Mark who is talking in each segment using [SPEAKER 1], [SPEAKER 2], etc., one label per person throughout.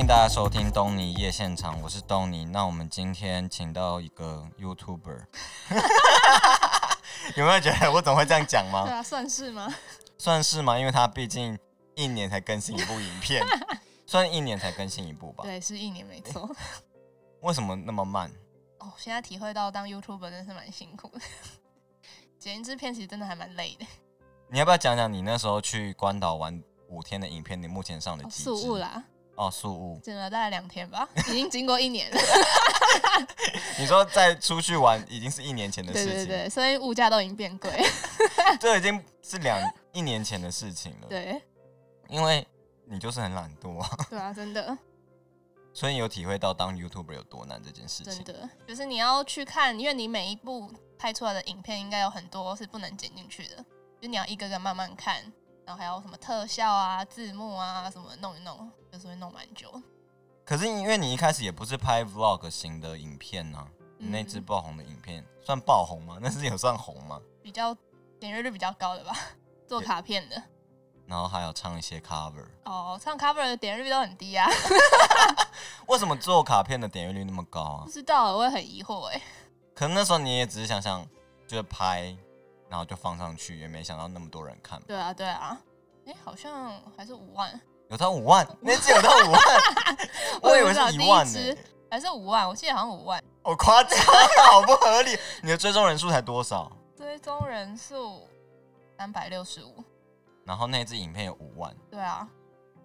[SPEAKER 1] 迎大家收听东尼夜现场，我是东尼。那我们今天请到一个 YouTuber，有没有觉得我总会这样讲
[SPEAKER 2] 对
[SPEAKER 1] 吗？
[SPEAKER 2] 啊，算是吗？
[SPEAKER 1] 算是吗？因为他毕竟一年才更新一部影 片，算一年才更新一部吧。
[SPEAKER 2] 对，是一年没错。
[SPEAKER 1] 为什么那么慢？
[SPEAKER 2] 哦，现在体会到当 YouTuber 真是蛮辛苦的，剪一支片其实真的还蛮累的。
[SPEAKER 1] 你要不要讲讲你那时候去关岛玩五天的影片？你目前上的
[SPEAKER 2] 哦
[SPEAKER 1] 几
[SPEAKER 2] 素物
[SPEAKER 1] 支？
[SPEAKER 2] 啦，
[SPEAKER 1] 哦，素物。
[SPEAKER 2] 剪了大概两天 吧，已经经过一年了。
[SPEAKER 1] 你说再出去玩已经是一年前的
[SPEAKER 2] 对
[SPEAKER 1] 事情，
[SPEAKER 2] 对对，所以物价都已经变贵。
[SPEAKER 1] 嗯这已经是两一年前的事情了。
[SPEAKER 2] 对
[SPEAKER 1] 因为你就是很懒惰啊，
[SPEAKER 2] 对啊，真的
[SPEAKER 1] 所以有体会到当 YouTuber 有多难这件事
[SPEAKER 2] 真
[SPEAKER 1] 情。
[SPEAKER 2] 的，就是你要去看，因为你每一部拍出来的影片应该有很多是不能剪进去的，就你要一个个慢慢看，然后还有什么特效啊、字幕啊什么弄一弄，就是会弄蛮久。
[SPEAKER 1] 可是因为你一开始也不是拍 Vlog 型的影片呢、你那支
[SPEAKER 2] 嗯
[SPEAKER 1] 爆红的影片、算爆红吗？那 是有算红吗？
[SPEAKER 2] 比较点阅率比较高的吧，做卡片的
[SPEAKER 1] 然后还有唱一些 cover，
[SPEAKER 2] 哦，唱 cover 的点阅率都很低啊，
[SPEAKER 1] 为什么做卡片的点阅率那么高啊
[SPEAKER 2] 不？知道我也很疑惑哎，
[SPEAKER 1] 可能那时候你也只是想想，就是拍，然后就放上去，也没想到那么多人看吧。
[SPEAKER 2] 对啊对啊，哎、好像还是五万，
[SPEAKER 1] 有到五万，那次有到 五万，我以为是一万
[SPEAKER 2] 我也不知道
[SPEAKER 1] 呢、
[SPEAKER 2] 第一支还是五万，我记得好像五万，
[SPEAKER 1] 好夸张，啊好不合理。你的追踪人数才多少？
[SPEAKER 2] 追踪人数三百六十五，
[SPEAKER 1] 然后那支影片有五万，
[SPEAKER 2] 对啊，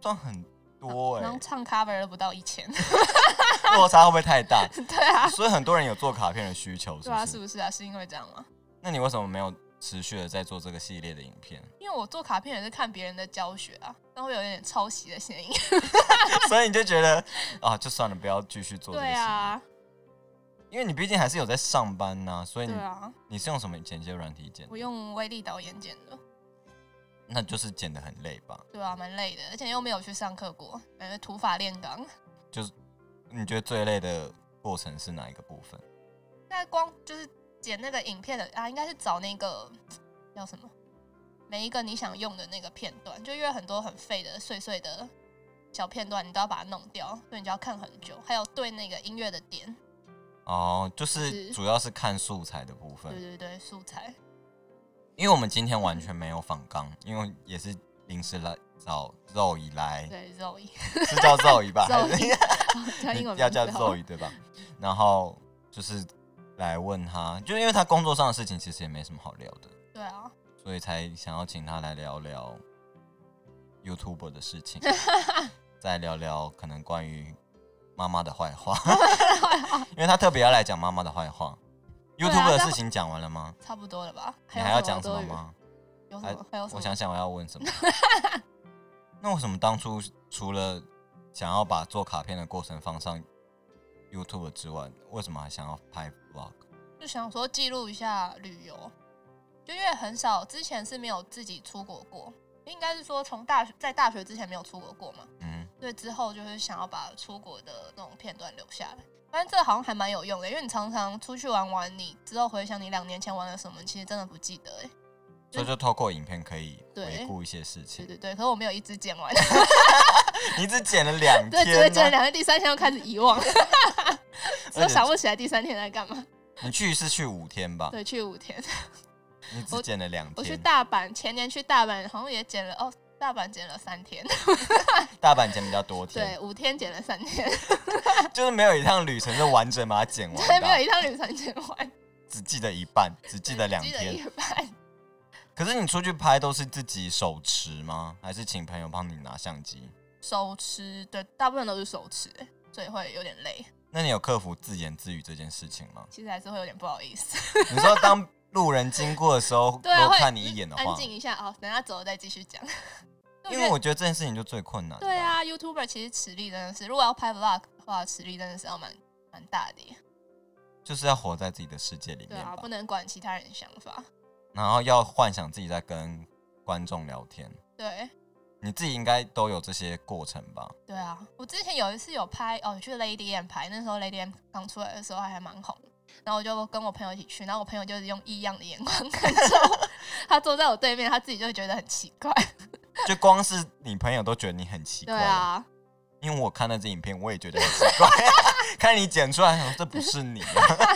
[SPEAKER 1] 算很多哎、
[SPEAKER 2] 然后唱 cover 都不到一千，
[SPEAKER 1] 落差会不会太大？
[SPEAKER 2] 对啊，
[SPEAKER 1] 所以很多人有做卡片的需求，是
[SPEAKER 2] 对啊，
[SPEAKER 1] 不
[SPEAKER 2] 是
[SPEAKER 1] 是？
[SPEAKER 2] 不是啊？是因为这样吗？
[SPEAKER 1] 那你为什么没有持续的在做这个系列的影片？
[SPEAKER 2] 因为我做卡片也是看别人的教学啊，但会有点抄袭的嫌疑。
[SPEAKER 1] 所以你就觉得啊，就算了，不要继续做这个系
[SPEAKER 2] 对
[SPEAKER 1] 列，
[SPEAKER 2] 啊，
[SPEAKER 1] 因为你毕竟还是有在上班呐、所以
[SPEAKER 2] 对
[SPEAKER 1] 你、
[SPEAKER 2] 啊，
[SPEAKER 1] 你是用什么剪接软体剪？
[SPEAKER 2] 我用威力导演剪的。
[SPEAKER 1] 那就是剪得很累吧？
[SPEAKER 2] 对啊，蛮累的，而且又没有去上课过，感觉土法炼钢。
[SPEAKER 1] 你觉得最累的过程是哪一个部分？
[SPEAKER 2] 那光就是剪那个影片的啊，应该是找那个叫什么，每一个你想用的那个片段，就因为很多很废的碎碎的小片段，你都要把它弄掉，所以你就要看很久。还有对那个音乐的点，
[SPEAKER 1] 哦，就是
[SPEAKER 2] 是
[SPEAKER 1] 主要是看素材的部分
[SPEAKER 2] 对。对对，素材。
[SPEAKER 1] 因为我们今天完全没有仿纲，因为也是临时来找肉姨来，
[SPEAKER 2] 对，Zoe，
[SPEAKER 1] 是叫肉姨吧？
[SPEAKER 2] Zoe
[SPEAKER 1] 还是
[SPEAKER 2] 叫英文
[SPEAKER 1] 要叫
[SPEAKER 2] 名字好
[SPEAKER 1] 肉姨对吧？然后就是来问他，就因为他工作上的事情其实也没什么好聊的，
[SPEAKER 2] 对啊，
[SPEAKER 1] 所以才想要请他来聊聊 YouTube 的事 情，再聊聊可能关于妈妈的坏话，因为他特别要来讲妈妈的坏话。
[SPEAKER 2] 啊
[SPEAKER 1] YouTube 的
[SPEAKER 2] 但
[SPEAKER 1] 事情讲完了吗？
[SPEAKER 2] 差不多了吧？
[SPEAKER 1] 你
[SPEAKER 2] 有
[SPEAKER 1] 还要讲什
[SPEAKER 2] 多
[SPEAKER 1] 么
[SPEAKER 2] 余？
[SPEAKER 1] 吗？
[SPEAKER 2] 有
[SPEAKER 1] 还
[SPEAKER 2] 什么？还有什么？
[SPEAKER 1] 我想想我要问什么。 那为什么当初除了想要把做卡片的过程放上 YouTube 之外，为什么还想要拍 Vlog？
[SPEAKER 2] 就想说记录一下旅游，就因为很少，之前是没有自己出国过，应该是说从大学在大学之前没有出国过嘛，
[SPEAKER 1] 嗯，
[SPEAKER 2] 所以之后就是想要把出国的那种片段留下来。但是这好像还蛮有用的，因为你常常出去玩玩，你之后回想你两年前玩了什么，你其实真的不记得哎。
[SPEAKER 1] 所以就透过影片可以
[SPEAKER 2] 对
[SPEAKER 1] 回顾一些事
[SPEAKER 2] 对
[SPEAKER 1] 情。
[SPEAKER 2] 对对，可是我没有一直剪完，
[SPEAKER 1] 你只剪了两
[SPEAKER 2] 对，只会
[SPEAKER 1] 天
[SPEAKER 2] 剪了
[SPEAKER 1] 呢、
[SPEAKER 2] 两天，第三天又开始 遗忘，只有想不起来第三天在干嘛。
[SPEAKER 1] 你去是去五天吧？
[SPEAKER 2] 对，去五天，
[SPEAKER 1] 你只剪了两
[SPEAKER 2] 我去
[SPEAKER 1] 哦天。
[SPEAKER 2] 大阪，前年去大阪好像也剪了哦，大阪剪了三天，
[SPEAKER 1] 大阪剪比较多天
[SPEAKER 2] 对，，五天剪了三天。
[SPEAKER 1] 就是没有一趟旅程是完整把它剪完
[SPEAKER 2] 对，没有
[SPEAKER 1] 的，
[SPEAKER 2] 一趟旅程剪完，
[SPEAKER 1] 只记得一半，只记得两
[SPEAKER 2] 记得
[SPEAKER 1] 天。
[SPEAKER 2] 一半。
[SPEAKER 1] 可是你出去拍都是自己手持吗？还是请朋友帮你拿相机？
[SPEAKER 2] 手持对，大部分都是手持，欸所以会有点累，？
[SPEAKER 1] 那你有克服自言自语这件事情吗
[SPEAKER 2] 其实还是会有点不好意思。
[SPEAKER 1] 你说当路人经过的时候，
[SPEAKER 2] 对啊，
[SPEAKER 1] 多
[SPEAKER 2] 会
[SPEAKER 1] 看你一眼的
[SPEAKER 2] 安
[SPEAKER 1] 话，
[SPEAKER 2] 静一下哦，等他走了再继续讲。
[SPEAKER 1] 因为我觉得这件事情就最困难。
[SPEAKER 2] 对，啊，YouTuber 其实实力真的是，如果要拍 Vlog 的话，实力真的是要蛮蛮大的耶。
[SPEAKER 1] 就是要活在自己的世界里
[SPEAKER 2] 对
[SPEAKER 1] 面
[SPEAKER 2] 啊，
[SPEAKER 1] 吧
[SPEAKER 2] 不，能管其他人的想法。
[SPEAKER 1] 然后要幻想自己在跟观众聊天。
[SPEAKER 2] 对
[SPEAKER 1] 你自己应该都有这些过程吧？
[SPEAKER 2] 对啊，我之前有一次有拍哦，去 Lady M 拍，那时候 Lady M 刚出来的时候还蛮红的。然后我就跟我朋友一起去，然后我朋友就是用异样的眼光看着 我，他坐在我对面，他自己就会觉得很奇怪。
[SPEAKER 1] 就光是你朋友都觉得你很奇
[SPEAKER 2] 对
[SPEAKER 1] 怪了，
[SPEAKER 2] 啊，
[SPEAKER 1] 因为我看了这影片，我也觉得很奇怪。 看你剪出来，想说这不是你，啊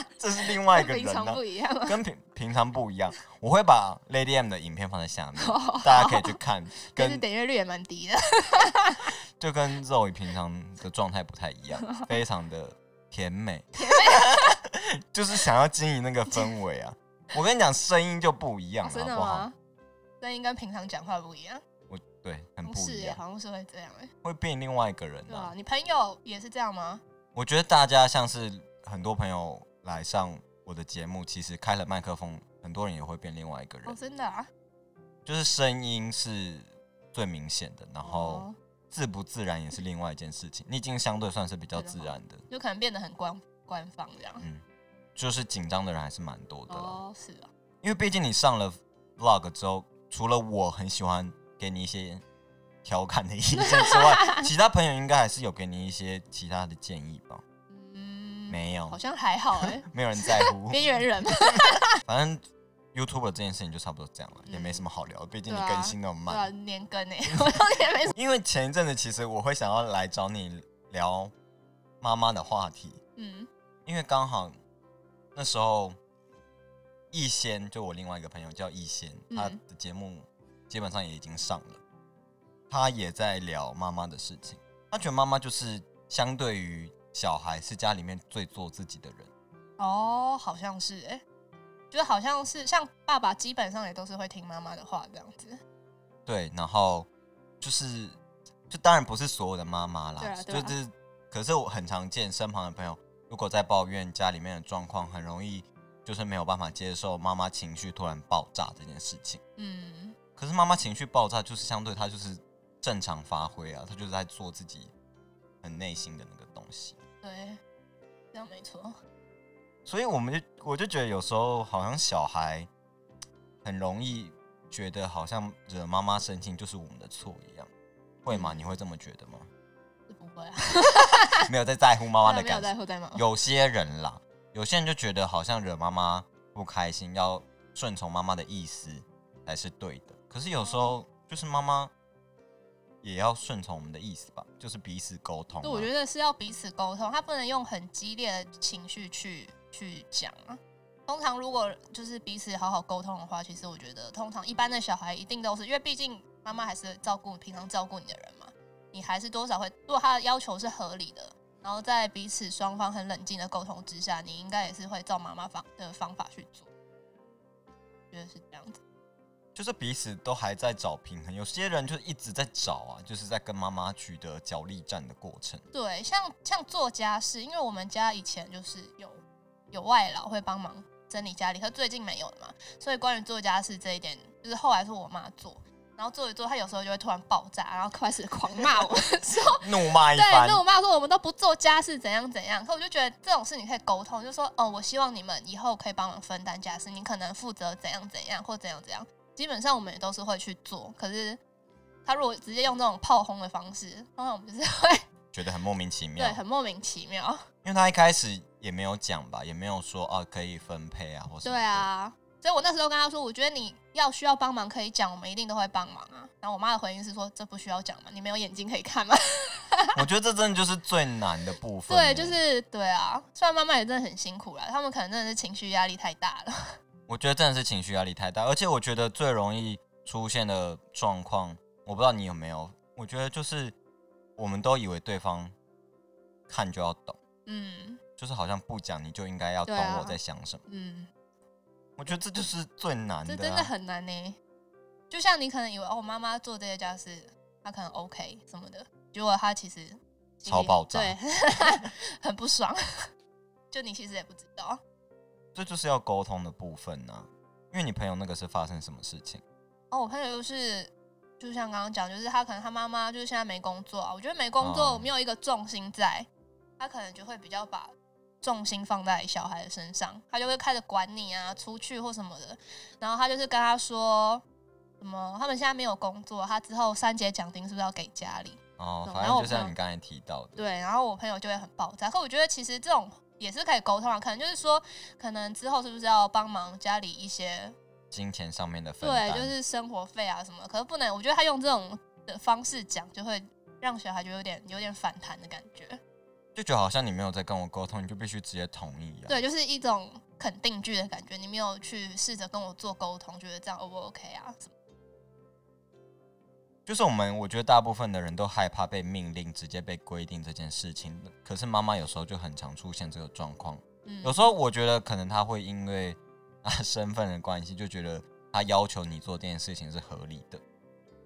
[SPEAKER 1] 这是另外一个
[SPEAKER 2] 跟平
[SPEAKER 1] 人
[SPEAKER 2] 常
[SPEAKER 1] 啊
[SPEAKER 2] 不，一样啊。
[SPEAKER 1] 跟平平常不一样。我会把 Lady M 的影片放在下面，
[SPEAKER 2] 哦
[SPEAKER 1] 大家可以去 看，
[SPEAKER 2] 但是
[SPEAKER 1] 跟
[SPEAKER 2] 点阅率也蛮低 的，
[SPEAKER 1] 就跟 Zoe 平常的状态不太一样，非常的甜美，就是想要经营那个氛围啊。我跟你讲，声音就不一样了，
[SPEAKER 2] 哦真
[SPEAKER 1] 好
[SPEAKER 2] 的
[SPEAKER 1] 不好？
[SPEAKER 2] 吗？声音跟平常讲话不一样，
[SPEAKER 1] 对，很
[SPEAKER 2] 不
[SPEAKER 1] 不
[SPEAKER 2] 哦是
[SPEAKER 1] 一
[SPEAKER 2] 耶，
[SPEAKER 1] 样，啊
[SPEAKER 2] 好像是会这样哎，
[SPEAKER 1] 会变另外一个人
[SPEAKER 2] 对
[SPEAKER 1] 啊
[SPEAKER 2] 吧。？你朋友也是这样吗？
[SPEAKER 1] 我觉得大家像是很多朋友来上我的节目，其实开了麦克风，很多人也会变另外一个人，
[SPEAKER 2] 哦，真的啊。
[SPEAKER 1] 就是声音是最明显的，然后
[SPEAKER 2] 哦
[SPEAKER 1] 自不自然也是另外一件事情。你已经相对算是比较自然的，
[SPEAKER 2] 就可能变得很官官方这样。
[SPEAKER 1] 嗯，就是紧张的人还是蛮多的啦，
[SPEAKER 2] 哦，是啊，
[SPEAKER 1] 因为毕竟你上了 vlog 之后，除了我很喜欢给你一些。调侃的意 见之外，其他朋友应该还是有给你一些其他的建议吧？
[SPEAKER 2] 嗯，
[SPEAKER 1] 没有
[SPEAKER 2] 好，像还好
[SPEAKER 1] ，
[SPEAKER 2] 哎
[SPEAKER 1] 没有人在 乎。
[SPEAKER 2] 边缘人嘛，
[SPEAKER 1] 反正 YouTube 这件事情就差不多这样了，
[SPEAKER 2] 嗯
[SPEAKER 1] 也没什么好聊的，毕竟你
[SPEAKER 2] 对啊
[SPEAKER 1] 更新那么
[SPEAKER 2] 对
[SPEAKER 1] 慢。
[SPEAKER 2] 啊，年更哎， 我都也没什么，
[SPEAKER 1] 因为前一阵子其实我会想要来找你聊妈妈的话题，
[SPEAKER 2] 嗯，
[SPEAKER 1] 因为刚好那时候逸仙，就我另外一个朋友叫逸仙，
[SPEAKER 2] 嗯
[SPEAKER 1] 他的节目基本上也已经上了，他也在聊妈妈的事情。他觉得妈妈就是相对于小孩是家里面最做自己的人，
[SPEAKER 2] 哦，好像是哎，就好像是像爸爸基本上也都是会听妈妈的话这样子，
[SPEAKER 1] 对，然后就是，就当然不是所有的妈妈啦，
[SPEAKER 2] 对啊对啊
[SPEAKER 1] 就是，可是我很常见身旁的朋友，如果在抱怨家里面的状况，很容易就是没有办法接受妈妈情绪突然爆炸这件事情。
[SPEAKER 2] 嗯，
[SPEAKER 1] 可是妈妈情绪爆炸，就是相对她就是正常发挥啊，她就是在做自己很内心的那个东西。
[SPEAKER 2] 对，这样没错，
[SPEAKER 1] 所以我们就我就觉得有时候好像小孩很容易觉得好像惹妈妈生气就是我们的错一样，会吗？
[SPEAKER 2] 嗯
[SPEAKER 1] 你会这么觉得吗？
[SPEAKER 2] 是不会啊，
[SPEAKER 1] 没有在在乎妈妈的
[SPEAKER 2] 没有
[SPEAKER 1] 感
[SPEAKER 2] 在
[SPEAKER 1] 受。
[SPEAKER 2] 乎在吗？
[SPEAKER 1] 有些人啦，有些人就觉得好像惹妈妈不开心，要顺从妈妈的意思才是对的。可是有时候就是妈妈也要顺从我们的意思吧，就是彼此沟通啊、
[SPEAKER 2] 对，我觉得是要彼此沟通，他不能用很激烈的情绪去去讲啊。通常如果就是彼此好好沟通的话，其实我觉得通常一般的小孩一定都是，因为毕竟妈妈还是照顾平常照顾你的人嘛，你还是多少会，如果他的要求是合理的，然后在彼此双方很冷静的沟通之下，你应该也是会照妈妈方的方法去做，我觉得是这样子。
[SPEAKER 1] 就是彼此都还在找平衡。有些人就一直在找啊，就是在跟妈妈取得角力战的过程。
[SPEAKER 2] 对，像像做家事，因为我们家以前就是有有外劳会帮忙整理家里，可最近没有了嘛，所以关于做家事这一点，就是后来是我妈做，然后做一做，她有时候就会突然爆炸，然后开始狂骂我说。
[SPEAKER 1] 怒骂一
[SPEAKER 2] 对，
[SPEAKER 1] 番
[SPEAKER 2] 那，我妈说我们都不做家事，怎样怎样。可我就觉得这种事你可以沟通，就说哦，我希望你们以后可以帮忙分担家事，你可能负责怎样怎样或怎样怎样。基本上我们也都是会去做，可是她如果直接用这种炮轰的方式，通常我们就是会
[SPEAKER 1] 觉得很莫名其妙
[SPEAKER 2] 对，。很莫名 其妙。
[SPEAKER 1] 因为他一开始也没有讲吧，也没有说啊可以分配啊，或什么
[SPEAKER 2] 对
[SPEAKER 1] 的，
[SPEAKER 2] 啊，所以我那时候跟他说，我觉得你要需要帮忙可以讲，我们一定都会帮忙啊。然后我妈的回应是说，这不需要讲嘛，你没有眼睛可以 看嘛。
[SPEAKER 1] 我觉得这真的就是最难的部分欸。
[SPEAKER 2] 对，就是对啊。虽然妈妈也真的很辛苦啦，他们可能真的是情绪压力太大了。
[SPEAKER 1] 我觉得真的是情绪压力太大，而且我觉得最容易出现的状况，我不知道你有没有，我觉得就是我们都以为对方看就要懂，
[SPEAKER 2] 嗯
[SPEAKER 1] 就是好像不讲你就应该要懂
[SPEAKER 2] 对啊
[SPEAKER 1] 我在想什么。
[SPEAKER 2] 嗯，
[SPEAKER 1] 我觉得这就是最难的、
[SPEAKER 2] 这
[SPEAKER 1] 啊，
[SPEAKER 2] 真的很难呢、就像你可能以为哦，妈妈做这些家事，她可能 OK 什么的，结果她其实心里
[SPEAKER 1] 超爆炸
[SPEAKER 2] 对， 很不爽。 就你其实也不知道，
[SPEAKER 1] 这就是要沟通的部分啊。因为你朋友那个是发生什么事情？
[SPEAKER 2] 哦，我朋友就是，就像刚刚讲，就是他可能他妈妈就是现在没工作啊，我觉得没工作
[SPEAKER 1] 哦
[SPEAKER 2] 没有一个重心在，他可能就会比较把重心放在小孩的身上，他就会开始管你啊，出去或什么的，然后他就是跟他说。什么？他们现在没有工作，他之后三节奖金是不是要给家里？
[SPEAKER 1] 哦，
[SPEAKER 2] 懂
[SPEAKER 1] 反
[SPEAKER 2] 然
[SPEAKER 1] 正
[SPEAKER 2] 后我
[SPEAKER 1] 就
[SPEAKER 2] 朋
[SPEAKER 1] 像
[SPEAKER 2] 友
[SPEAKER 1] 你刚才提到的，
[SPEAKER 2] 对，然后我朋友就会很爆炸。可我觉得其实这种也是可以沟通啊，可能就是说，可能之后是不是要帮忙家里一些
[SPEAKER 1] 金钱上面的分担，
[SPEAKER 2] 对，就是生活费啊什么，可是不能，我觉得他用这种的方式讲，就会让小孩就有点有点反弹的感觉。
[SPEAKER 1] 啊就觉得好像你没有在跟我沟通，你就必须直接同意啊。
[SPEAKER 2] 对，就是一种肯定句的感觉，你没有去试着跟我做沟通，觉得这样 O 不 OK 啊？什么
[SPEAKER 1] 就是我们，我觉得大部分的人都害怕被命令，直接被规定这件事情。可是妈妈有时候就很常出现这个状况。
[SPEAKER 2] 嗯
[SPEAKER 1] 有时候我觉得可能她会因为 啊身份的关系，就觉得她要求你做这件事情是合理的，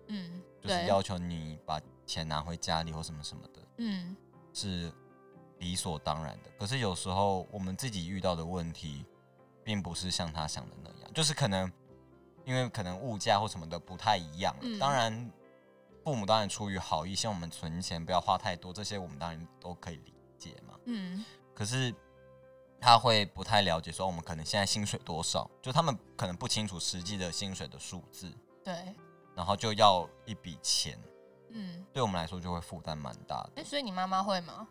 [SPEAKER 2] 嗯，
[SPEAKER 1] 就是
[SPEAKER 2] 对，
[SPEAKER 1] 要求你把钱拿回家里或什么什么的，
[SPEAKER 2] 嗯
[SPEAKER 1] 是理所当然的。可是有时候我们自己遇到的问题，并不是像她想的那样，就是可能因为可能物价或什么的不太一样了。
[SPEAKER 2] 嗯
[SPEAKER 1] 当然，父母当然出于好意，希望我们存钱，不要花太多，这些我们当然都可以理解嘛。
[SPEAKER 2] 嗯
[SPEAKER 1] 可是他会不太了解，说我们可能现在薪水多少，就他们可能不清楚实际的薪水的数字，
[SPEAKER 2] 对，
[SPEAKER 1] 然后就要一笔钱，
[SPEAKER 2] 嗯，
[SPEAKER 1] 对我们来说就会负担蛮大的。
[SPEAKER 2] 哎、所以你妈妈会吗？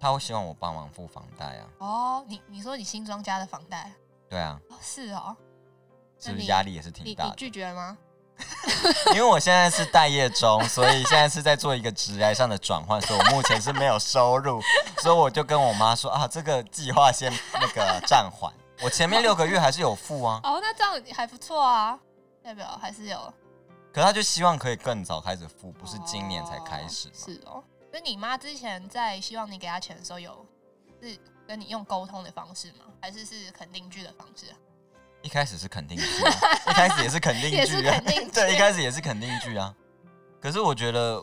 [SPEAKER 1] 他会希望我帮忙付房贷啊，
[SPEAKER 2] 哦，你你说你新庄家的房贷、
[SPEAKER 1] 对啊，
[SPEAKER 2] 哦，是哦，
[SPEAKER 1] 是不
[SPEAKER 2] 那
[SPEAKER 1] 是
[SPEAKER 2] 你
[SPEAKER 1] 压力也是挺
[SPEAKER 2] 你
[SPEAKER 1] 大
[SPEAKER 2] 你
[SPEAKER 1] 的？
[SPEAKER 2] 拒绝了吗？
[SPEAKER 1] 因为我现在是待业中，所以现在是在做一个职业上的转换，所以我目前是没有收入，所以我就跟我妈说啊，这个计划先那个暂缓。我前面六个月还是有付啊，
[SPEAKER 2] 哦，那这样还不错啊，代表还是有，
[SPEAKER 1] 可他就希望可以更早开始付，不是今年才开始
[SPEAKER 2] 哦
[SPEAKER 1] 嘛。
[SPEAKER 2] 是哦，所以你妈之前在希望你给她钱的时候有，是跟你用沟通的方式吗？还是是肯定句的方式啊？
[SPEAKER 1] 一开始是肯定句、啊，一开始也是肯定句、啊，
[SPEAKER 2] 也是肯定句
[SPEAKER 1] 对，一开始也是肯定句啊。可是我觉得，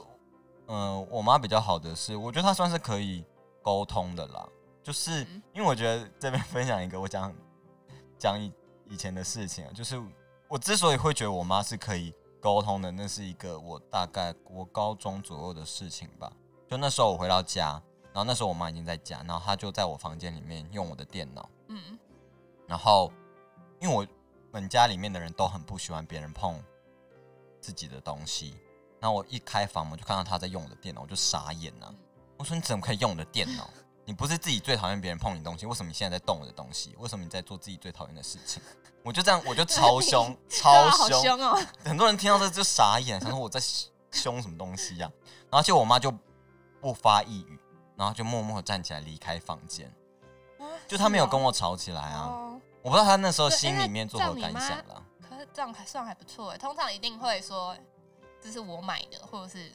[SPEAKER 1] 嗯、我妈比较好的是，我觉得她算是可以沟通的啦。就是
[SPEAKER 2] 嗯
[SPEAKER 1] 因为我觉得这边 分享一个我讲讲以以前的事情啊，就是我之所以会觉得我妈是可以沟通的，那是一个我大概国高中左右的事情吧。就那时候我回到家，然后那时候我妈已经在家，然后她就在我房间里面用我的电脑。
[SPEAKER 2] 嗯
[SPEAKER 1] 然后因为我们家里面的人都很不喜欢别人碰自己的东西，然后我一开房门就看到他在用我的电脑，我就傻眼了、
[SPEAKER 2] 嗯
[SPEAKER 1] 我说你怎么可以用我的电脑？你不是自己最讨厌别人碰你东西，为什么你现在在动我的东西？为什么你在做自己最讨厌的事情？我就这样，我就 超凶，超
[SPEAKER 2] 啊好
[SPEAKER 1] 凶，
[SPEAKER 2] 凶哦，
[SPEAKER 1] 很多人听到这就傻眼，想说我在凶什么东西呀、然后结果我妈就不发一语，然后就默默地站起来离开房间， 就她没有跟
[SPEAKER 2] 我
[SPEAKER 1] 我吵起来啊。
[SPEAKER 2] 哦，
[SPEAKER 1] 我不知道他那时候
[SPEAKER 2] 对哎
[SPEAKER 1] 心里面作何感
[SPEAKER 2] 因
[SPEAKER 1] 想
[SPEAKER 2] 为
[SPEAKER 1] 了。
[SPEAKER 2] 可是这样还算还不错哎，通常一定会说这是我买的，或者是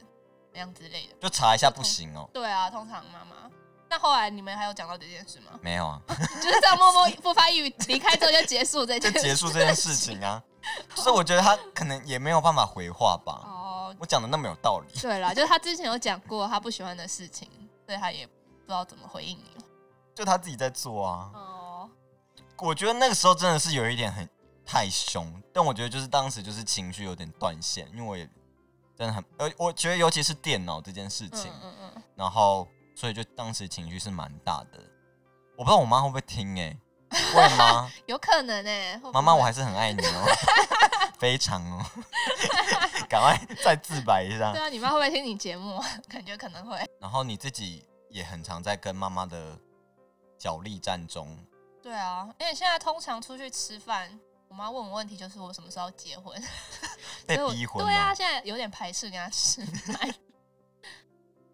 [SPEAKER 2] 怎样之类的。
[SPEAKER 1] 就查一下不行哦、
[SPEAKER 2] 对啊，通常妈妈。那后来你们还有讲到这件事吗？
[SPEAKER 1] 没有啊，
[SPEAKER 2] 就是这样默 默不发一语离开之后就结束这
[SPEAKER 1] 就
[SPEAKER 2] 件事。
[SPEAKER 1] 结束这件事情啊。就是我觉得他可能也没有办法回话吧，
[SPEAKER 2] 哦，
[SPEAKER 1] 我讲的那么有道理。
[SPEAKER 2] 对啦，就是他之前有讲过他不喜欢的事情，所以他也不知道怎么回应你。
[SPEAKER 1] 就他自己在做啊。
[SPEAKER 2] 哦，
[SPEAKER 1] 我觉得那个时候真的是有一点很太凶，但我觉得就是当时就是情绪有点断线，因为我也真的很，呃，我觉得尤其是电脑这件事
[SPEAKER 2] 嗯
[SPEAKER 1] 情，
[SPEAKER 2] 嗯嗯，
[SPEAKER 1] 然后所以就当时情绪是蛮大的。我不知道我妈会不会听哎、会吗？
[SPEAKER 2] 有可能呢、会不会
[SPEAKER 1] 妈妈，我还是很爱你哦， 非常哦， 赶快再自白一下
[SPEAKER 2] 对。啊，你妈会不会听你节目？ 感觉可能会。
[SPEAKER 1] 然后你自己也很常在跟妈妈的角力战中，
[SPEAKER 2] 对啊，因为现在通常出去吃饭，我妈问我问题就是我什么时候要结婚，
[SPEAKER 1] 被
[SPEAKER 2] 所以我
[SPEAKER 1] 逼婚
[SPEAKER 2] 对啊，
[SPEAKER 1] 吗？
[SPEAKER 2] 现在有点排斥跟她吃 饭。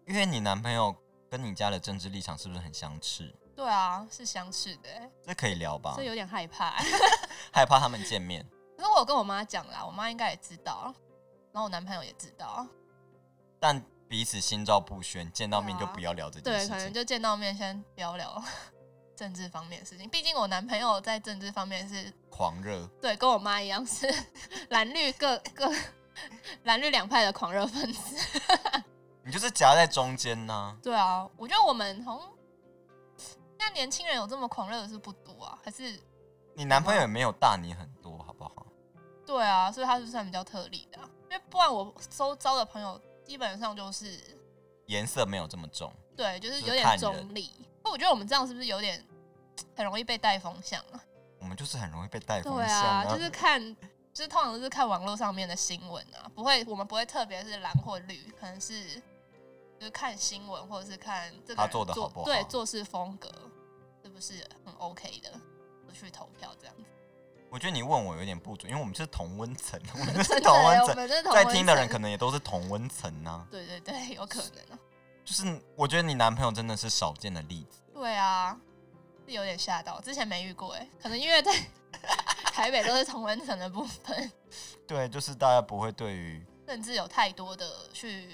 [SPEAKER 1] 因为你男朋友跟你家的政治立场是不是很相斥？
[SPEAKER 2] 对啊，是相似的 欸、
[SPEAKER 1] 这可以聊吧
[SPEAKER 2] 所以？有点害怕欸、
[SPEAKER 1] 害怕他们见面，
[SPEAKER 2] 可是我有跟我妈讲啦，我妈应该也知道，然后我男朋友也知道，
[SPEAKER 1] 但彼此心照不宣，见到面就
[SPEAKER 2] 对啊
[SPEAKER 1] 不要聊这件
[SPEAKER 2] 对，
[SPEAKER 1] 事
[SPEAKER 2] 可能
[SPEAKER 1] 情。
[SPEAKER 2] 就见到面先聊聊政治方面的事情。毕竟我男朋友在政治方面是
[SPEAKER 1] 狂热，
[SPEAKER 2] 对，跟我妈一样是 蓝绿各各蓝绿两派的狂热分子。
[SPEAKER 1] 你就是夹在中间呐、
[SPEAKER 2] 对啊，我觉得我们从现在年轻人有这么狂热的是不多啊，还是
[SPEAKER 1] 你男朋友
[SPEAKER 2] 啊
[SPEAKER 1] 也没有大你很多，好不好？
[SPEAKER 2] 对啊，所以他是算比较特例的啊、因为不然我周遭的朋友基本上就是
[SPEAKER 1] 颜色没有这么重。
[SPEAKER 2] 对，就是
[SPEAKER 1] 就是
[SPEAKER 2] 有
[SPEAKER 1] 看
[SPEAKER 2] 点
[SPEAKER 1] 人
[SPEAKER 2] 中立。那我觉得我们这样是不是有点很容易被带风向啊？
[SPEAKER 1] 我们就是很容易被带风
[SPEAKER 2] 对
[SPEAKER 1] 向
[SPEAKER 2] 啊，就是看，就是通常都是看网络上面的新闻啊，不会，我们不会特别是蓝或绿，可能是就是看新闻或者是看这个
[SPEAKER 1] 他
[SPEAKER 2] 人
[SPEAKER 1] 做得好不好
[SPEAKER 2] 对做事风格是不是很 OK 的，去投票这样子。
[SPEAKER 1] 我我觉得你问我有点不准，因为我们是同温层，我 们
[SPEAKER 2] 真
[SPEAKER 1] 是
[SPEAKER 2] 的
[SPEAKER 1] 同温
[SPEAKER 2] 欸，我
[SPEAKER 1] 层，
[SPEAKER 2] 们真的同
[SPEAKER 1] 在
[SPEAKER 2] 温
[SPEAKER 1] 听的人
[SPEAKER 2] 层
[SPEAKER 1] 可能也都是同温层呐。
[SPEAKER 2] 对对对，有可能啊。
[SPEAKER 1] 就是我觉得你男朋友真的是少见的例子，
[SPEAKER 2] 对啊，是有点吓到，之前没遇过哎，可能因为在 台北都是同温层的部分，
[SPEAKER 1] 对，就是大家不会对于，
[SPEAKER 2] 甚至有太多的去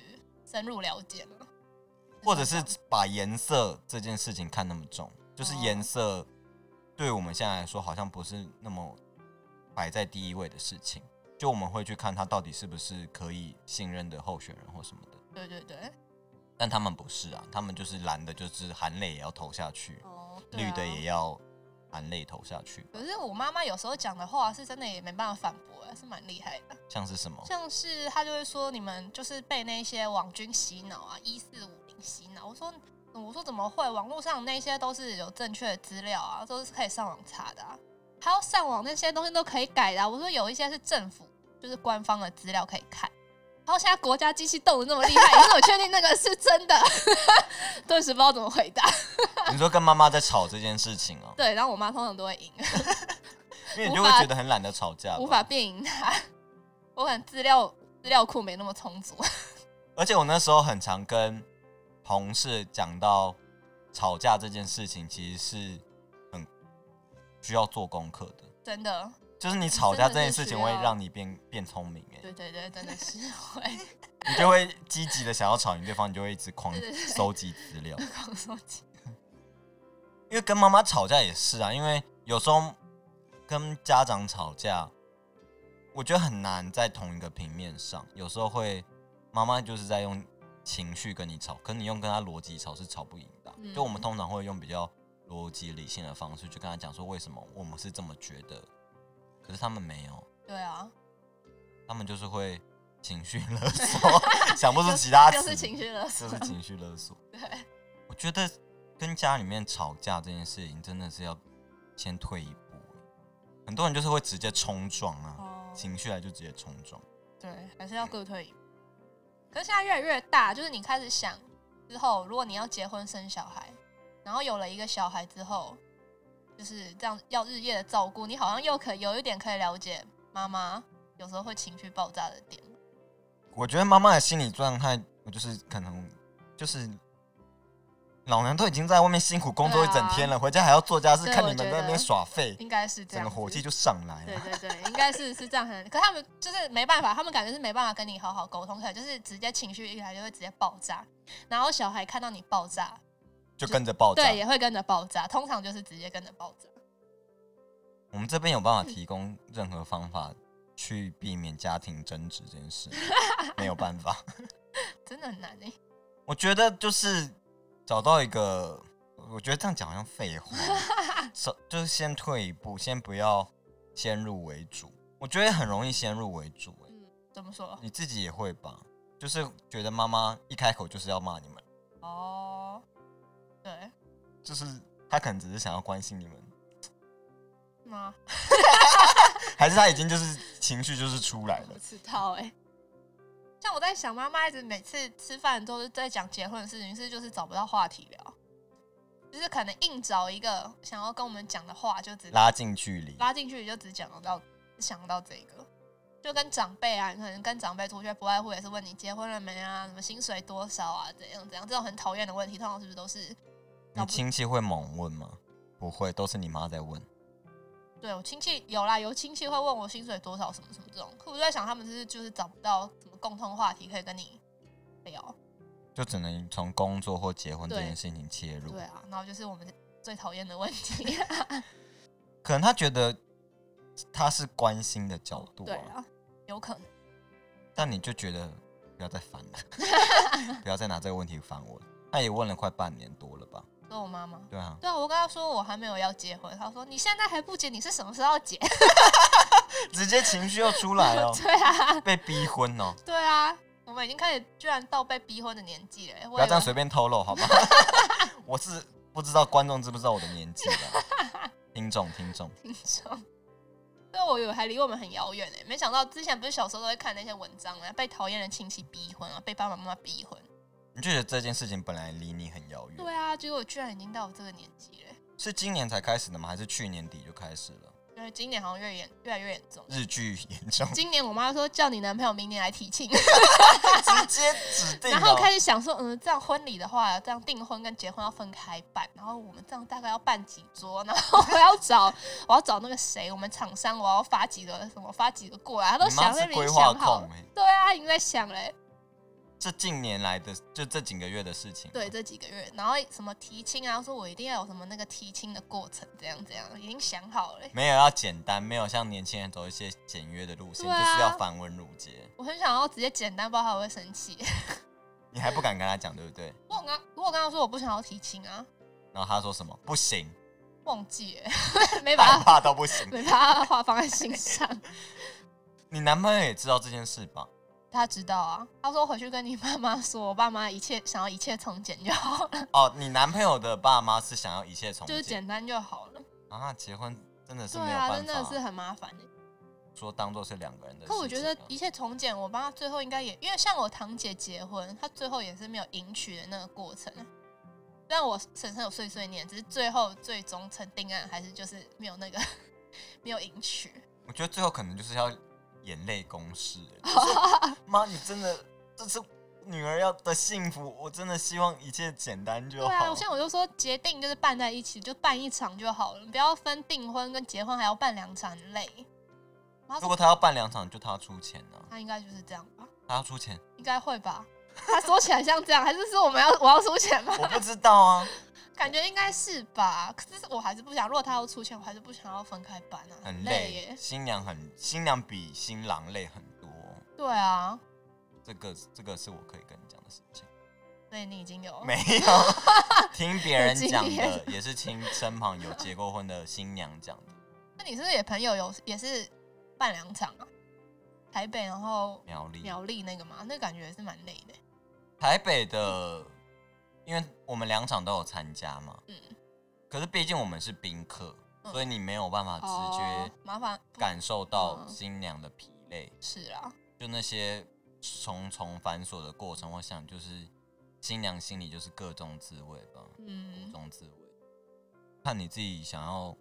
[SPEAKER 2] 深入了解了，
[SPEAKER 1] 或者是把颜色这件事情看那么重，就是
[SPEAKER 2] 哦
[SPEAKER 1] 颜色对我们现在来说好像不是那么摆在第一位的事情，就我们会去看他到底是不是可以信任的候选人或什么的，
[SPEAKER 2] 对对对，
[SPEAKER 1] 但他们不是啊，他们就是蓝的，就是含泪也要投下去，
[SPEAKER 2] 哦，对
[SPEAKER 1] 绿的
[SPEAKER 2] 啊
[SPEAKER 1] 也要含泪投下去，
[SPEAKER 2] 可是我妈妈有时候讲的话是真的也没办法反驳，啊还是蛮厉害的。
[SPEAKER 1] 像是什么？
[SPEAKER 2] 像是她就会说你们就是被那些网军洗脑啊，一四五零洗脑。我说嗯我说怎么会？网络上那些都是有正确的资料啊，都是可以上网查的啊。还要上网那些东西都可以改的啊、我说有一些是政府就是官方的资料可以看。然后现在国家机器动的那么 厉害，你怎么确定那个是真的？ 顿时不知道怎么回答。
[SPEAKER 1] 你说跟妈妈在吵这件事情 哦、
[SPEAKER 2] 对，然后我妈通常都会赢。
[SPEAKER 1] 因为你就会
[SPEAKER 2] 无法
[SPEAKER 1] 觉得很懒得吵架吧，
[SPEAKER 2] 无法辩赢他。 我可能资料资料库没那么充足。
[SPEAKER 1] 而且我那时候很常跟同事讲到吵架这件事情，其实是很需要做功课的。
[SPEAKER 2] 真的，
[SPEAKER 1] 就是你吵架这
[SPEAKER 2] 真的
[SPEAKER 1] 件
[SPEAKER 2] 是
[SPEAKER 1] 事情
[SPEAKER 2] 需
[SPEAKER 1] 会
[SPEAKER 2] 要
[SPEAKER 1] 让你变变聪明，哎，
[SPEAKER 2] 对对对，真的是会
[SPEAKER 1] 你就会积极的想要吵赢对方，你就会一直狂
[SPEAKER 2] 对对对
[SPEAKER 1] 收集资料。
[SPEAKER 2] 放松起
[SPEAKER 1] 因为跟妈妈吵架也是啊，因为有时候跟家长吵架，我觉得很难在同一个平面上。有时候会妈妈就是在用情绪跟你吵，可你用跟她逻辑吵是吵不赢的啊。
[SPEAKER 2] 嗯
[SPEAKER 1] 就我们通常会用比较逻辑理性的方式去跟她讲说为什么我们是这么觉得，可是他们没有，
[SPEAKER 2] 对啊，
[SPEAKER 1] 他们就是会情绪勒 索，想不出其他词，
[SPEAKER 2] 就是情绪勒
[SPEAKER 1] 这
[SPEAKER 2] 索
[SPEAKER 1] 是。情绪勒索。
[SPEAKER 2] 对，
[SPEAKER 1] 我觉得跟家里面吵架这件事情，真的是要先退一步。很多人就是会直接冲撞啊，
[SPEAKER 2] 哦，
[SPEAKER 1] 情绪来就直接冲撞。
[SPEAKER 2] 对，还是要各退一步。可是现在越来越大，就是你开始想之后，如果你要结婚生小孩，然后有了一个小孩之后，就是这样要日夜的照顾，你好像又可有一点可以了解妈妈有时候会情绪爆炸的点。
[SPEAKER 1] 我觉得妈妈的心理状态，我就是可能就是老娘都已经在外面辛苦工作一
[SPEAKER 2] 对啊
[SPEAKER 1] 整天了，回家还要做家事，
[SPEAKER 2] 对
[SPEAKER 1] 看你
[SPEAKER 2] 我
[SPEAKER 1] 们
[SPEAKER 2] 觉
[SPEAKER 1] 在那边
[SPEAKER 2] 得
[SPEAKER 1] 耍废，
[SPEAKER 2] 应该是这
[SPEAKER 1] 整
[SPEAKER 2] 样
[SPEAKER 1] 个
[SPEAKER 2] 子，
[SPEAKER 1] 火气就上来
[SPEAKER 2] 对
[SPEAKER 1] 了。
[SPEAKER 2] 对对，应该是是这样很，可他们就是没办法，他们感觉是没办法跟你好好沟通，可能就是直接情绪一来就会直接爆炸，然后小孩看到你爆炸，
[SPEAKER 1] 就跟着爆炸。
[SPEAKER 2] 对，也会跟着爆炸，通常就是直接跟着爆炸。
[SPEAKER 1] 我们这边有办
[SPEAKER 2] 嗯
[SPEAKER 1] 法提供任何方法去避免家庭争执这件 事吗，没有办法。
[SPEAKER 2] 真的很难哎、
[SPEAKER 1] 我觉得就是找到一个，我觉得这样讲好像废 话，首就是先退一步，先不要先入为主。我觉得很容易先入为主、欸，
[SPEAKER 2] 嗯，怎么说？
[SPEAKER 1] 你自己也会吧？就是觉得妈妈一开口就是要骂你们，
[SPEAKER 2] 哦，对，
[SPEAKER 1] 就是她可能只是想要关心你们，
[SPEAKER 2] 吗？
[SPEAKER 1] 还是她已经就是情绪就是出来
[SPEAKER 2] 我
[SPEAKER 1] 了
[SPEAKER 2] 不。知道哎、 像我在想，妈妈一直每次吃饭都是在讲结婚的事情，是就是找不到话题聊，就是可能硬找一个想要跟我们讲的话，就只能
[SPEAKER 1] 拉近距离，
[SPEAKER 2] 拉进去就只讲到只想到这个，就跟长辈啊，你可能跟长辈出去不外乎也是问你结婚了没啊，什么薪水多少啊，怎样怎样，这种很讨厌的问题，通常是不是都是
[SPEAKER 1] 你亲戚会猛问吗？不会，都是你妈在问。
[SPEAKER 2] 对我亲戚有啦，有亲戚会问我薪水多少什么什么这种，可我就在想他们是就是找不到什么共同话题可以跟你聊，
[SPEAKER 1] 就只能从工作或结婚这
[SPEAKER 2] 对
[SPEAKER 1] 件事情切入。
[SPEAKER 2] 对啊，然后就是我们最讨厌的 问题，
[SPEAKER 1] 可能他觉得他是关心的角度、
[SPEAKER 2] 对
[SPEAKER 1] 啊，
[SPEAKER 2] 啊，有可能，
[SPEAKER 1] 但你就觉得不要再烦 了，不要再拿这个问题烦我了。他也问了快半年多了吧？
[SPEAKER 2] 所以我妈妈。
[SPEAKER 1] 对 啊，
[SPEAKER 2] 对啊，我跟她说我还没有要结婚，她说你现在还不结，你是什么时候要结？，
[SPEAKER 1] 直接情绪又出来哦
[SPEAKER 2] 对啊，
[SPEAKER 1] 被逼婚哦，
[SPEAKER 2] 对啊，我们已经开始居然到被逼婚的年纪了、欸。
[SPEAKER 1] 不
[SPEAKER 2] 我
[SPEAKER 1] 要
[SPEAKER 2] 以
[SPEAKER 1] 这样
[SPEAKER 2] 为
[SPEAKER 1] 随便透露好吧？ 我是不知道观众知不知道我的年纪的， 听众听众，
[SPEAKER 2] 听众，对，我以为还离我们很遥远呢。没想到之前不是小时候都会看那些文章啊，被讨厌的亲戚逼婚啊，被爸爸妈妈逼婚。啊
[SPEAKER 1] 你就觉得这件事情本来离你很遥远，
[SPEAKER 2] 对啊，结果居然已经到我这个年纪了欸。
[SPEAKER 1] 是今年才开始的吗？还是去年底就开始了？
[SPEAKER 2] 对因为今年好像越严越来越严重。
[SPEAKER 1] 日剧严重，
[SPEAKER 2] 今年我妈说叫你男朋友明年来提亲，
[SPEAKER 1] 直接指定、哦。
[SPEAKER 2] 然后开始想说，嗯，这样婚礼的话，这样订婚跟结婚要分开办，然后我们这样大概要办几桌，然后我要找我要找那个谁，我们厂商我要发几个什么发几个过来，她都
[SPEAKER 1] 你妈
[SPEAKER 2] 想
[SPEAKER 1] 是
[SPEAKER 2] 在那
[SPEAKER 1] 规
[SPEAKER 2] 边
[SPEAKER 1] 划
[SPEAKER 2] 想好
[SPEAKER 1] 控
[SPEAKER 2] 了
[SPEAKER 1] 欸。
[SPEAKER 2] 对啊，她已经在想嘞、
[SPEAKER 1] 这近年来的就这几个月的事情。
[SPEAKER 2] 对，这几个月，然后什么提亲啊，说我一定要有什么那个提亲的过程，怎样怎样，已经想好了欸、
[SPEAKER 1] 没有要简单，没有像年轻人走一些简约的路线，
[SPEAKER 2] 对啊
[SPEAKER 1] 就是要繁文缛节。
[SPEAKER 2] 我很想要直接简单，不知道她会不会生气。
[SPEAKER 1] 你还不敢跟他讲，对不对？
[SPEAKER 2] 我刚如果我刚刚说我不想要提亲啊，
[SPEAKER 1] 然后他说什 么？不行，
[SPEAKER 2] 忘记了， 没把
[SPEAKER 1] 害
[SPEAKER 2] 它
[SPEAKER 1] 怕到不行。
[SPEAKER 2] 没把他话放在心上。
[SPEAKER 1] 你男朋友也知道这件事吧？
[SPEAKER 2] 他知道啊，他说回去跟你爸妈说，我爸妈一切想要一切从简就好了，
[SPEAKER 1] 哦，你男朋友的爸妈是想要一切从
[SPEAKER 2] 就是
[SPEAKER 1] 简
[SPEAKER 2] 简单就好了。
[SPEAKER 1] 啊，结婚真的是
[SPEAKER 2] 对
[SPEAKER 1] 没有
[SPEAKER 2] 啊，
[SPEAKER 1] 办
[SPEAKER 2] 真的
[SPEAKER 1] 法、
[SPEAKER 2] 是很麻烦欸、
[SPEAKER 1] 说当做是两个人的事情啊。
[SPEAKER 2] 可我觉得一切从简，我妈最后应该也，因为像我堂姐结婚，她最后也是没有迎娶的那个过程。虽然我婶婶有碎碎念，只是最后最终成定案还是就是没有那个 没有迎娶。
[SPEAKER 1] 我觉得最后可能就是要眼泪公示， 就是妈，你真的这是女儿要的幸福，我真的希望一切简单就
[SPEAKER 2] 对
[SPEAKER 1] 好。
[SPEAKER 2] 啊，像我就说结订就是办在一起，就办一场就好了，不要分订婚跟结婚还要办两场，很累。然
[SPEAKER 1] 如
[SPEAKER 2] 后
[SPEAKER 1] 果他要办两场，就他出钱啊，
[SPEAKER 2] 她应该就是这样吧，
[SPEAKER 1] 他要出 钱，
[SPEAKER 2] 应该会吧。她说起来像这样，还是说我们要 我要出钱吗？
[SPEAKER 1] 我不知道啊，
[SPEAKER 2] 感觉应该是吧，可是我还是不想。如果他要出钱，我还是不想要分开办啊，
[SPEAKER 1] 很
[SPEAKER 2] 累
[SPEAKER 1] 累，
[SPEAKER 2] 耶。
[SPEAKER 1] 新娘很新娘比新郎累很多，
[SPEAKER 2] 对啊，
[SPEAKER 1] 这个这个是我可以跟你讲的事情。
[SPEAKER 2] 所以你已经有
[SPEAKER 1] 没 有，听别人讲
[SPEAKER 2] 哦有经
[SPEAKER 1] 的
[SPEAKER 2] 验，
[SPEAKER 1] 也是听身旁有结过婚的新娘讲的。
[SPEAKER 2] 那你是不是也朋友有也是办两场啊？台北，然后
[SPEAKER 1] 苗栗，
[SPEAKER 2] 苗栗那个嘛，那感觉也是蛮累的。
[SPEAKER 1] 台北的，因为我们两场都有参加嘛，
[SPEAKER 2] 嗯
[SPEAKER 1] 可是毕竟我们是宾客，
[SPEAKER 2] 嗯
[SPEAKER 1] 所以你没有办法直
[SPEAKER 2] 哦
[SPEAKER 1] 觉
[SPEAKER 2] 麻烦不
[SPEAKER 1] 感受到
[SPEAKER 2] 嗯
[SPEAKER 1] 新娘的疲累，
[SPEAKER 2] 是啦，
[SPEAKER 1] 就那些重重繁琐的过程，我想就是新娘心里就是各种滋味吧，各
[SPEAKER 2] 嗯，
[SPEAKER 1] 种滋味，看你自己想要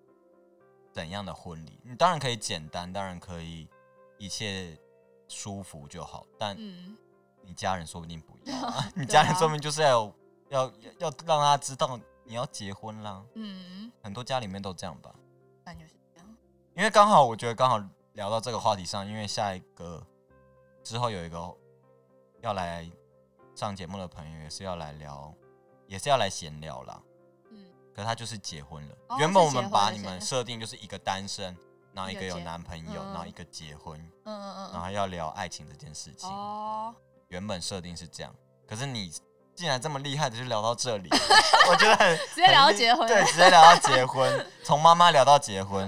[SPEAKER 1] 怎样的婚礼。你当然可以简单，当然可以一切舒服就好，但
[SPEAKER 2] 嗯，
[SPEAKER 1] 你家人说不定不 一样、啊，你
[SPEAKER 2] 对
[SPEAKER 1] 家人
[SPEAKER 2] 啊
[SPEAKER 1] 说不定就是要有要要要让他知道你要结婚啦。
[SPEAKER 2] 嗯，
[SPEAKER 1] 很多家里面都这样吧。
[SPEAKER 2] 感觉是这样。
[SPEAKER 1] 因为刚好我觉得刚好聊到这个话题上，因为下一个之后有一个要来上节目的朋友也是要来聊，也是要来闲聊啦。
[SPEAKER 2] 嗯，
[SPEAKER 1] 可他就是结婚了。
[SPEAKER 2] 哦
[SPEAKER 1] 原本我们把
[SPEAKER 2] 是
[SPEAKER 1] 你
[SPEAKER 2] 结婚了
[SPEAKER 1] 们设定就是一个单身，然后一个有男朋友，
[SPEAKER 2] 一个结嗯
[SPEAKER 1] 然后一个结婚，
[SPEAKER 2] 嗯嗯
[SPEAKER 1] 然后要聊爱情这件事情
[SPEAKER 2] 嗯，。哦，
[SPEAKER 1] 原本设定是这样，可是你竟然这么厉害的就聊到这里， 我觉得很
[SPEAKER 2] 直接聊到
[SPEAKER 1] 很厉
[SPEAKER 2] 结婚
[SPEAKER 1] 对，直接聊到结 婚，从妈妈聊到结婚，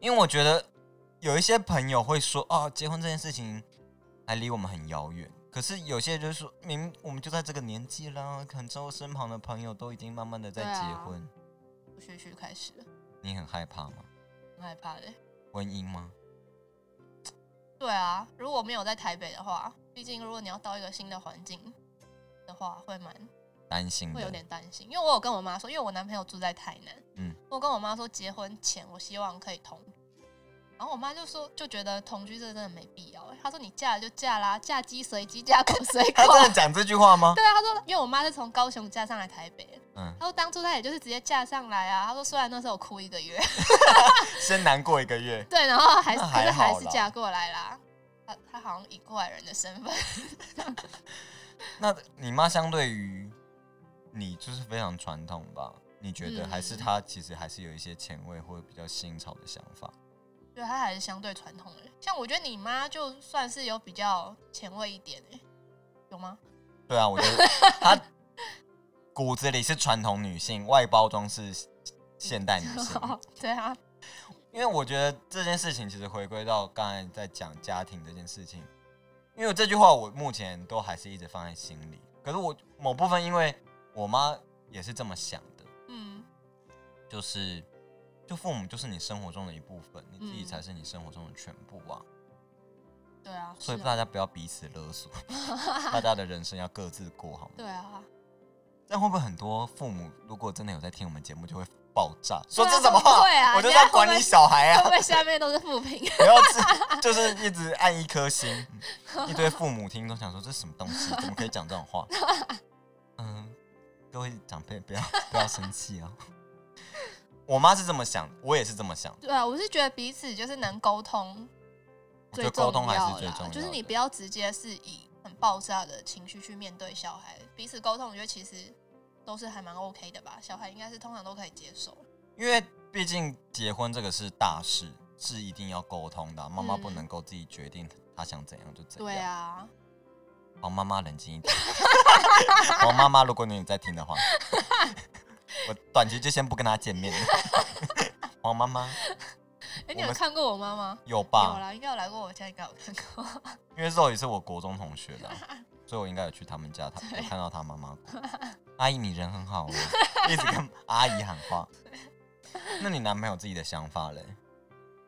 [SPEAKER 1] 因为我觉得有一些朋友会说，哦，结婚这件事情还离我们很遥远。可是有些人就是说，明明我们就在这个年纪啦，很多身旁的朋友都已经慢慢的在
[SPEAKER 2] 对
[SPEAKER 1] 结
[SPEAKER 2] 啊
[SPEAKER 1] 婚，
[SPEAKER 2] 我学学开始了，
[SPEAKER 1] 你很害怕吗？
[SPEAKER 2] 很害怕的。
[SPEAKER 1] 婚姻吗？
[SPEAKER 2] 对啊，如果没有在台北的话，毕竟如果你要到一个新的环境的话，会蛮
[SPEAKER 1] 担心
[SPEAKER 2] 会有
[SPEAKER 1] 的，
[SPEAKER 2] 点担心，因为我有跟我妈说，因为我男朋友住在台南，
[SPEAKER 1] 嗯
[SPEAKER 2] 嗯，我跟我妈说结婚前我希望可以同居，然后我妈就说就觉得同居这真的没必要、欸，她说你嫁了就嫁啦，嫁鸡随鸡，嫁狗随狗
[SPEAKER 1] 他。真的讲这句话吗？
[SPEAKER 2] 对啊，她说，因为我妈是从高雄嫁上来台北，
[SPEAKER 1] 嗯，
[SPEAKER 2] 她说当初她也就是直接嫁上来啊，她说虽然那时候我哭一个月，
[SPEAKER 1] 先难过一个月，
[SPEAKER 2] 对，然后还是
[SPEAKER 1] 那
[SPEAKER 2] 可是
[SPEAKER 1] 还好
[SPEAKER 2] 还是
[SPEAKER 1] 啦
[SPEAKER 2] 嫁过来啦，她她好像以过来人的身份，
[SPEAKER 1] 那你妈相对于你就是非常传统吧？你觉得
[SPEAKER 2] 嗯
[SPEAKER 1] 还是她其实还是有一些前卫或者比较新潮的想法？
[SPEAKER 2] 对，她还是相对传统的，像我觉得你妈就算是有比较前卫一点、欸，有吗？
[SPEAKER 1] 对啊，我觉得她骨子里是传统女性，外包装是现代女性。
[SPEAKER 2] 对啊，
[SPEAKER 1] 因为我觉得这件事情其实回归到刚才在讲家庭这件事情，因为这句话我目前都还是一直放在心里。可是我某部分因为我妈也是这么想的，
[SPEAKER 2] 嗯
[SPEAKER 1] 就是，就父母就是你生活中的一部分，你自己
[SPEAKER 2] 嗯
[SPEAKER 1] 才是你生活中的全部啊。，
[SPEAKER 2] 对啊，
[SPEAKER 1] 所以
[SPEAKER 2] 是啊
[SPEAKER 1] 大家不要彼此勒索， 大家的人生要各自过好吗？
[SPEAKER 2] 对啊，
[SPEAKER 1] 这样会不会很多父母如果真的有在听我们节目，就会爆炸，说
[SPEAKER 2] 对啊
[SPEAKER 1] 这什么话？
[SPEAKER 2] 对啊
[SPEAKER 1] 我就
[SPEAKER 2] 人家
[SPEAKER 1] 在管
[SPEAKER 2] 会不
[SPEAKER 1] 你
[SPEAKER 2] 会
[SPEAKER 1] 小孩
[SPEAKER 2] 会
[SPEAKER 1] 啊
[SPEAKER 2] 不，会下面都是负评？
[SPEAKER 1] 不要自就是一直按一颗星，嗯一堆父母听都想说这是什么东西，怎么可以讲这种话？嗯，各位长辈不要不要生气哦。 我妈是这么想，我也是这么想，
[SPEAKER 2] 对啊，我是觉得彼此就是能沟通
[SPEAKER 1] 我觉
[SPEAKER 2] 最
[SPEAKER 1] 得
[SPEAKER 2] 重
[SPEAKER 1] 沟通还
[SPEAKER 2] 要
[SPEAKER 1] 是最
[SPEAKER 2] 啦
[SPEAKER 1] 重要的。
[SPEAKER 2] 就是你不要直接是以很爆炸的情绪去面对小孩，彼此沟通，我觉得其实都是还蛮 OK 的吧。小孩应该是通常都可以接受。
[SPEAKER 1] 因为毕竟结婚这个是大事，是一定要沟通的啊、妈妈不
[SPEAKER 2] 嗯
[SPEAKER 1] 能够自己决定她想怎样就怎样。
[SPEAKER 2] 对啊，
[SPEAKER 1] 好，妈妈冷静一点。 好，妈妈，如果你在听 的话，我短期就先不跟她见面了。 黄妈妈
[SPEAKER 2] 哎，你
[SPEAKER 1] 我
[SPEAKER 2] 有
[SPEAKER 1] 们
[SPEAKER 2] 看过我妈吗？
[SPEAKER 1] 有
[SPEAKER 2] 有
[SPEAKER 1] 吧？
[SPEAKER 2] 啦，应该有来过我家，应该有看过。
[SPEAKER 1] 因为肉也是我国中同学的啊、所以我应该有去他们家，他有看到他妈妈过。阿姨，你人很好哦，一直跟阿姨喊话。 那你男朋友自己的想法嘞？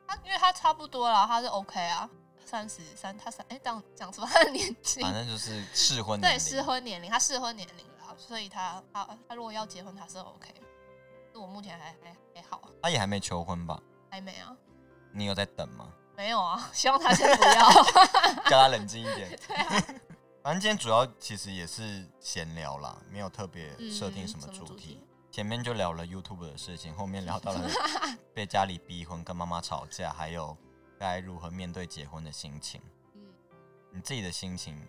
[SPEAKER 2] 他因为他差不多啦，他是 OK 啊，三十三，他三哎、这样讲出 他的年纪，
[SPEAKER 1] 反正就是适婚年
[SPEAKER 2] 对，
[SPEAKER 1] 龄，
[SPEAKER 2] 适婚年龄，他适婚年龄了，所以他他他如果要结婚，他是 OK。我目前还还还好，
[SPEAKER 1] 他也还没求婚吧？
[SPEAKER 2] 还没啊，
[SPEAKER 1] 你有在等吗？
[SPEAKER 2] 没有啊， 希望他先不要。
[SPEAKER 1] 叫他冷静一点。
[SPEAKER 2] 对啊，
[SPEAKER 1] 反正今天主要其实也是闲聊啦，没有特别
[SPEAKER 2] 嗯
[SPEAKER 1] 设定什么
[SPEAKER 2] 什么
[SPEAKER 1] 主
[SPEAKER 2] 主
[SPEAKER 1] 题。
[SPEAKER 2] 题
[SPEAKER 1] 前面就聊了 YouTube 的事情，后面聊 到了被家里逼婚、跟妈妈吵架，还有该如何面对结婚的心情。
[SPEAKER 2] 嗯，
[SPEAKER 1] 你自己的心情，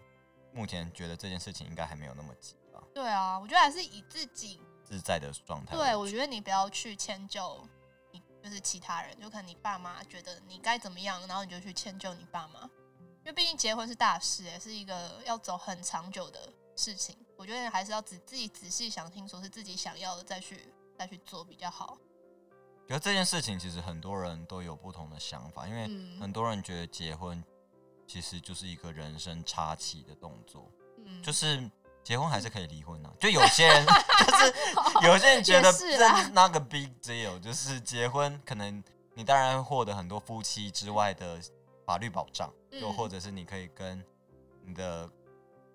[SPEAKER 1] 目前觉得这件事情应该还没有那么急吧？
[SPEAKER 2] 对啊，我觉得还是以自己，
[SPEAKER 1] 自在的状态。
[SPEAKER 2] 对我觉得你不要去迁就你，就是其他人，就可能你爸妈觉得你该怎么样，然后你就去迁就你爸妈，因为毕竟结婚是大事、也是一个要走很长久的事情。我觉得还是要仔自己仔细想清楚是自己想要的，再去再去做比较好。
[SPEAKER 1] 觉得这件事情其实很多人都有不同的想法，因为
[SPEAKER 2] 嗯
[SPEAKER 1] 很多人觉得结婚其实就是一个人生插旗的动作。
[SPEAKER 2] 嗯，
[SPEAKER 1] 就是结婚还是可以离婚啊。就有些人就是有些人觉得
[SPEAKER 2] 也是啦
[SPEAKER 1] 这那个 big deal，就是结婚可能你当然获得很多夫妻之外的法律保障，
[SPEAKER 2] 嗯
[SPEAKER 1] 又或者是你可以跟你的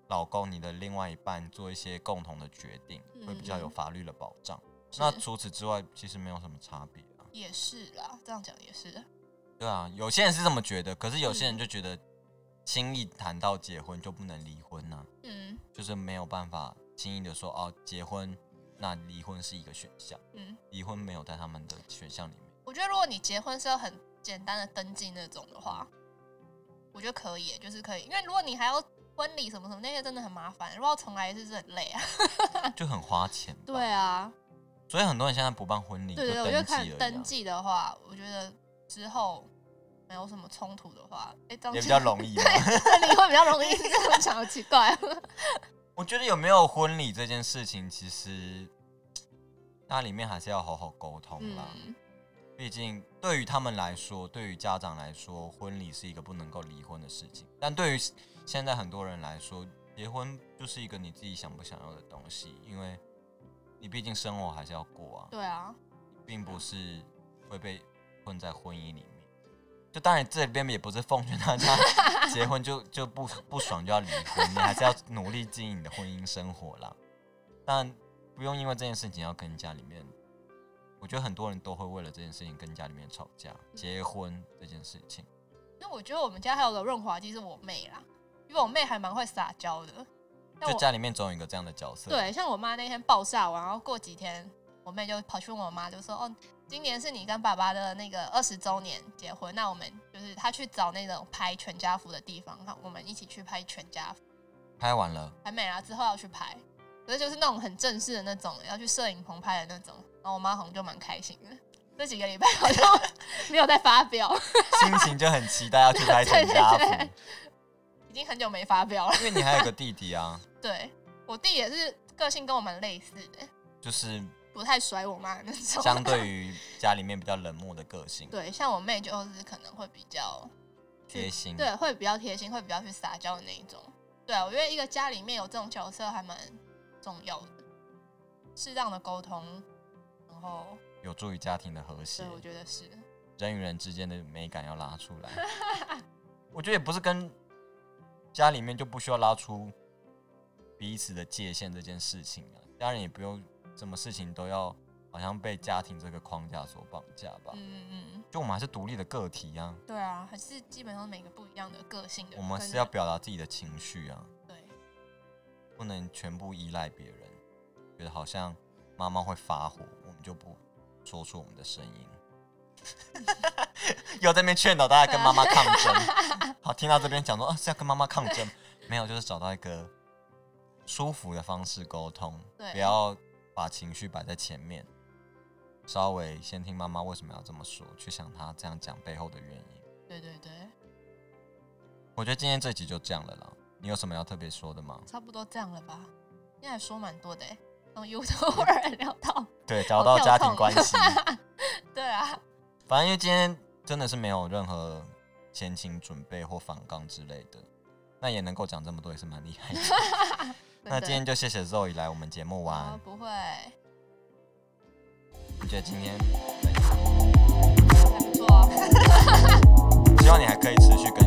[SPEAKER 1] 老公、你的另外一半做一些共同的决定，会比较有
[SPEAKER 2] 嗯
[SPEAKER 1] 法律的保障。
[SPEAKER 2] 是
[SPEAKER 1] 那除此之外，其实没有什么差别啊。
[SPEAKER 2] 也是啦，这样讲也是。
[SPEAKER 1] 对啊，有些人是这么觉得，可是有些人
[SPEAKER 2] 嗯
[SPEAKER 1] 就觉得轻易谈到结婚就不能离婚啊呐、
[SPEAKER 2] 嗯
[SPEAKER 1] 就是没有办法轻易的说哦，结婚那离婚是一个选项，
[SPEAKER 2] 嗯，
[SPEAKER 1] 离婚没有在他们的选项里面。
[SPEAKER 2] 我觉得如果你结婚是要很简单的登记那种的话，我觉得可以耶，就是可以，因为如果你还要婚礼什么什么那些，真的很麻烦。如果要重来一次是很累啊。
[SPEAKER 1] 就很花钱。，
[SPEAKER 2] 啊，
[SPEAKER 1] 所以很多人现在不办婚礼，
[SPEAKER 2] 对对对，
[SPEAKER 1] 就
[SPEAKER 2] 我觉得
[SPEAKER 1] 登记而
[SPEAKER 2] 看
[SPEAKER 1] 已、啊，
[SPEAKER 2] 登记的话，我觉得之后没有什么冲突的话，哎、这样
[SPEAKER 1] 啊也比较 容易嘛。
[SPEAKER 2] 离婚比较 容易，这样讲好奇怪。哦
[SPEAKER 1] 我觉得有没有婚礼这件事情，其实那里面还是要好好沟通啦。
[SPEAKER 2] 嗯，
[SPEAKER 1] 毕竟对于他们来说，对于家长来说，婚礼是一个不能够离婚的事情。但对于现在很多人来说，结婚就是一个你自己想不想要的东西，因为你毕竟生活还是要过啊，
[SPEAKER 2] 对啊，
[SPEAKER 1] 并不是会被困在婚姻里面。就当然这边也不是奉劝大家 结婚就就不不爽就要离婚，你还是要努力经营你的婚姻生活啦。但不用因为这件事情要跟家里面，我觉得很多人都会为了这件事情跟家里面吵架。结婚这件事情，
[SPEAKER 2] 那我觉得我们家还有个润滑剂是我妹啦，因为我妹还蛮会撒娇的。像
[SPEAKER 1] 就
[SPEAKER 2] 嗯我
[SPEAKER 1] 家里面总有一个这样的角色。，
[SPEAKER 2] 对，像我妈那天爆炸完，然后过几天，我妹就跑去问我妈，就说：“哦，今年是你跟爸爸的那个二十周年结婚，那我们就是她去找那种拍全家福的地方，看我们一起去拍全家福，
[SPEAKER 1] 拍完了，
[SPEAKER 2] 还没啊，之后要去拍，可是就是那种很正式的那种，要去摄影棚拍的那种。”然后我妈好像就蛮开心的，这几个礼拜好像没有在发表，
[SPEAKER 1] 心情就很期待要去拍全家
[SPEAKER 2] 对对
[SPEAKER 1] 福
[SPEAKER 2] 对， 已经很久没发表了。
[SPEAKER 1] 因为你还有个弟弟啊，
[SPEAKER 2] 对我弟也是个性跟我蛮类似的，
[SPEAKER 1] 就是
[SPEAKER 2] 不太甩我妈的那种。
[SPEAKER 1] 相对于家里面比较冷漠的个性，
[SPEAKER 2] 对，像我妹就是可能会比较
[SPEAKER 1] 贴心。
[SPEAKER 2] 对，会比较贴心，会比较去撒娇的那一种。对啊，我觉得一个家里面有这种角色还蛮重要的，适当的沟通，然后
[SPEAKER 1] 有助于家庭的和谐
[SPEAKER 2] 对，，我觉得是，
[SPEAKER 1] 人与人之间的美感要拉出来。我觉得也不是跟家里面就不需要拉出彼此的界限这件事情啊，家人也不用什么事情都要好好像被家庭这个框架所绑架吧。
[SPEAKER 2] 嗯嗯，
[SPEAKER 1] 就我们还是独立的个体啊，
[SPEAKER 2] 对啊，还是基本上每个不一样的个性的人
[SPEAKER 1] 我们
[SPEAKER 2] 跟
[SPEAKER 1] 是要
[SPEAKER 2] 人
[SPEAKER 1] 表达自己的情绪啊，
[SPEAKER 2] 对，
[SPEAKER 1] 不能全部依赖别人。觉得好像妈妈会发火，我们就不说出我们的声音。 又在那边劝导大家跟妈妈抗争。好，听到这边讲说啊是要跟妈妈抗争，没有，就是找到一个舒服的方式沟通，
[SPEAKER 2] 对
[SPEAKER 1] 不要把情绪摆在前面，稍微先听妈妈为什么要这么说，去想她这样讲背后的原因。
[SPEAKER 2] 对对对，
[SPEAKER 1] 我觉得今天这集就这样了啦。你有什么要特别说的吗？
[SPEAKER 2] 差不多这样了吧？今天还说蛮多的、欸，从 YouTube 人聊到，
[SPEAKER 1] 对，找到家庭
[SPEAKER 2] 好跳痛
[SPEAKER 1] 关系。
[SPEAKER 2] 对啊，
[SPEAKER 1] 反正因为今天真的是没有任何前情准备或反纲之类的，那也能够讲这么多也是蛮厉害的。那今天就谢谢 Zoe 来我们节目玩、
[SPEAKER 2] 啊不会，还
[SPEAKER 1] 你觉得今天
[SPEAKER 2] 不错、哦。
[SPEAKER 1] 希望你还可以持续更